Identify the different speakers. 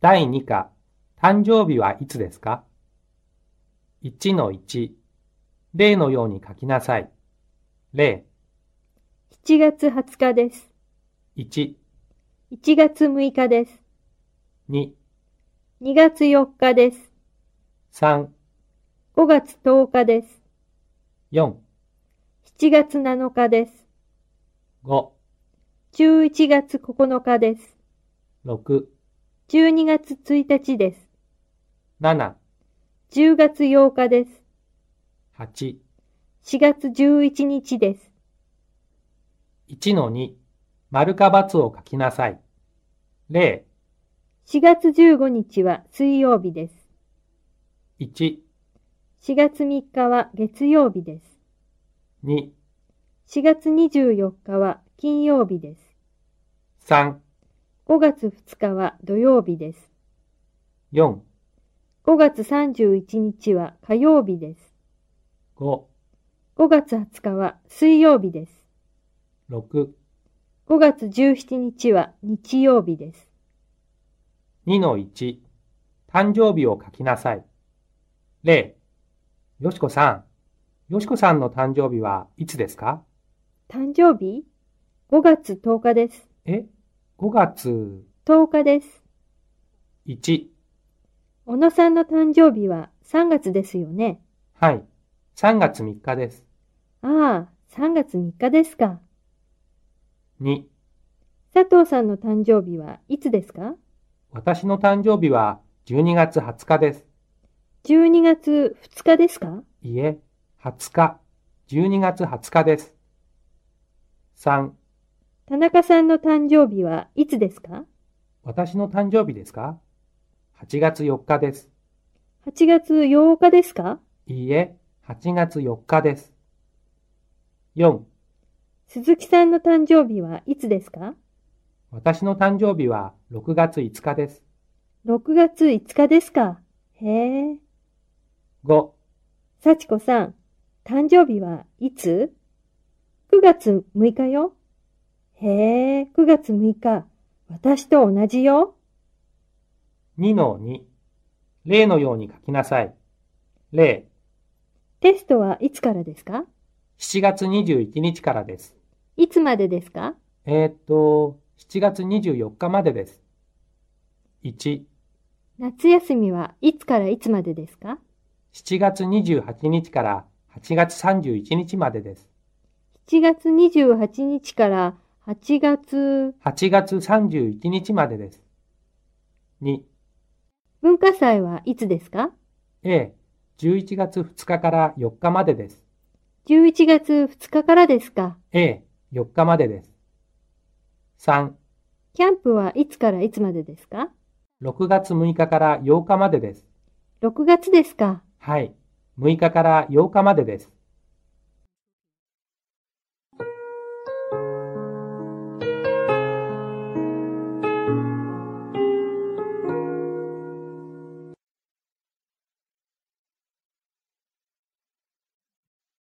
Speaker 1: 第2課、誕生日はいつですか ?1 の1、例のように書きなさい。例
Speaker 2: 7月20日です。
Speaker 1: 1、
Speaker 2: 1月6日です。
Speaker 1: 2、
Speaker 2: 2月4日です。
Speaker 1: 3、
Speaker 2: 5月10日です。
Speaker 1: 4、
Speaker 2: 7月7日です。
Speaker 1: 5、
Speaker 2: 11月9日です。
Speaker 1: 6、
Speaker 2: 12月1日です。
Speaker 1: 7、
Speaker 2: 10月8日です。
Speaker 1: 8、
Speaker 2: 4月11日です。
Speaker 1: 1の2、丸か×を書きなさい。例
Speaker 2: 4月15日は水曜日です。
Speaker 1: 1、
Speaker 2: 4月3日は月曜日です。
Speaker 1: 2、
Speaker 2: 4月24日は金曜日です。
Speaker 1: 3、
Speaker 2: 5月2日は土曜日です。
Speaker 1: 4、
Speaker 2: 5月31日は火曜日です。
Speaker 1: 5、
Speaker 2: 5月20日は水曜日です。
Speaker 1: 6、
Speaker 2: 5月17日は日曜日です。
Speaker 1: 2の1、誕生日を書きなさい。例、よしこさん、よしこさんの誕生日はいつですか
Speaker 2: 誕生日 ?5 月10日です。
Speaker 1: え ?5 月
Speaker 2: 10日です。
Speaker 1: 1、
Speaker 2: 小野さんの誕生日は3月ですよね。
Speaker 1: はい、3月3日です。
Speaker 2: ああ、3月3日ですか。
Speaker 1: 2、
Speaker 2: 佐藤さんの誕生日はいつですか
Speaker 1: 私の誕生日は12月20日です。
Speaker 2: ?12 月2日ですか
Speaker 1: いえ、20日、12月20日です。3、
Speaker 2: 田中さんの誕生日はいつですか
Speaker 1: 私の誕生日ですか ?8 月4日です。
Speaker 2: ?8 月8日ですか
Speaker 1: いいえ、8月4日です。4、
Speaker 2: 鈴木さんの誕生日はいつですか
Speaker 1: 私の誕生日は6月5日です。
Speaker 2: ?6 月5日ですか。へえ。
Speaker 1: 5、
Speaker 2: 幸子さん、誕生日はいつ ?9 月6日よ。へえ、9月6日。私と同じよ。
Speaker 1: 2の2。例のように書きなさい。例、
Speaker 2: テストはいつからですか
Speaker 1: 7月21日からです。
Speaker 2: いつまでですか
Speaker 1: えーっと、7月24日までです。1、
Speaker 2: 夏休みはいつからいつまでですか
Speaker 1: 7月28日から8月31日までです。
Speaker 2: ?7 月28日から8月、
Speaker 1: 8月31日までです。2、
Speaker 2: 文化祭はいつですか
Speaker 1: A、11月2日から4日までです。
Speaker 2: ?11 月2日からですか
Speaker 1: A、4日までです。3、
Speaker 2: キャンプはいつからいつまでですか
Speaker 1: 6月6日から8日までです。
Speaker 2: ?6 月ですか
Speaker 1: はい。6日から8日までです。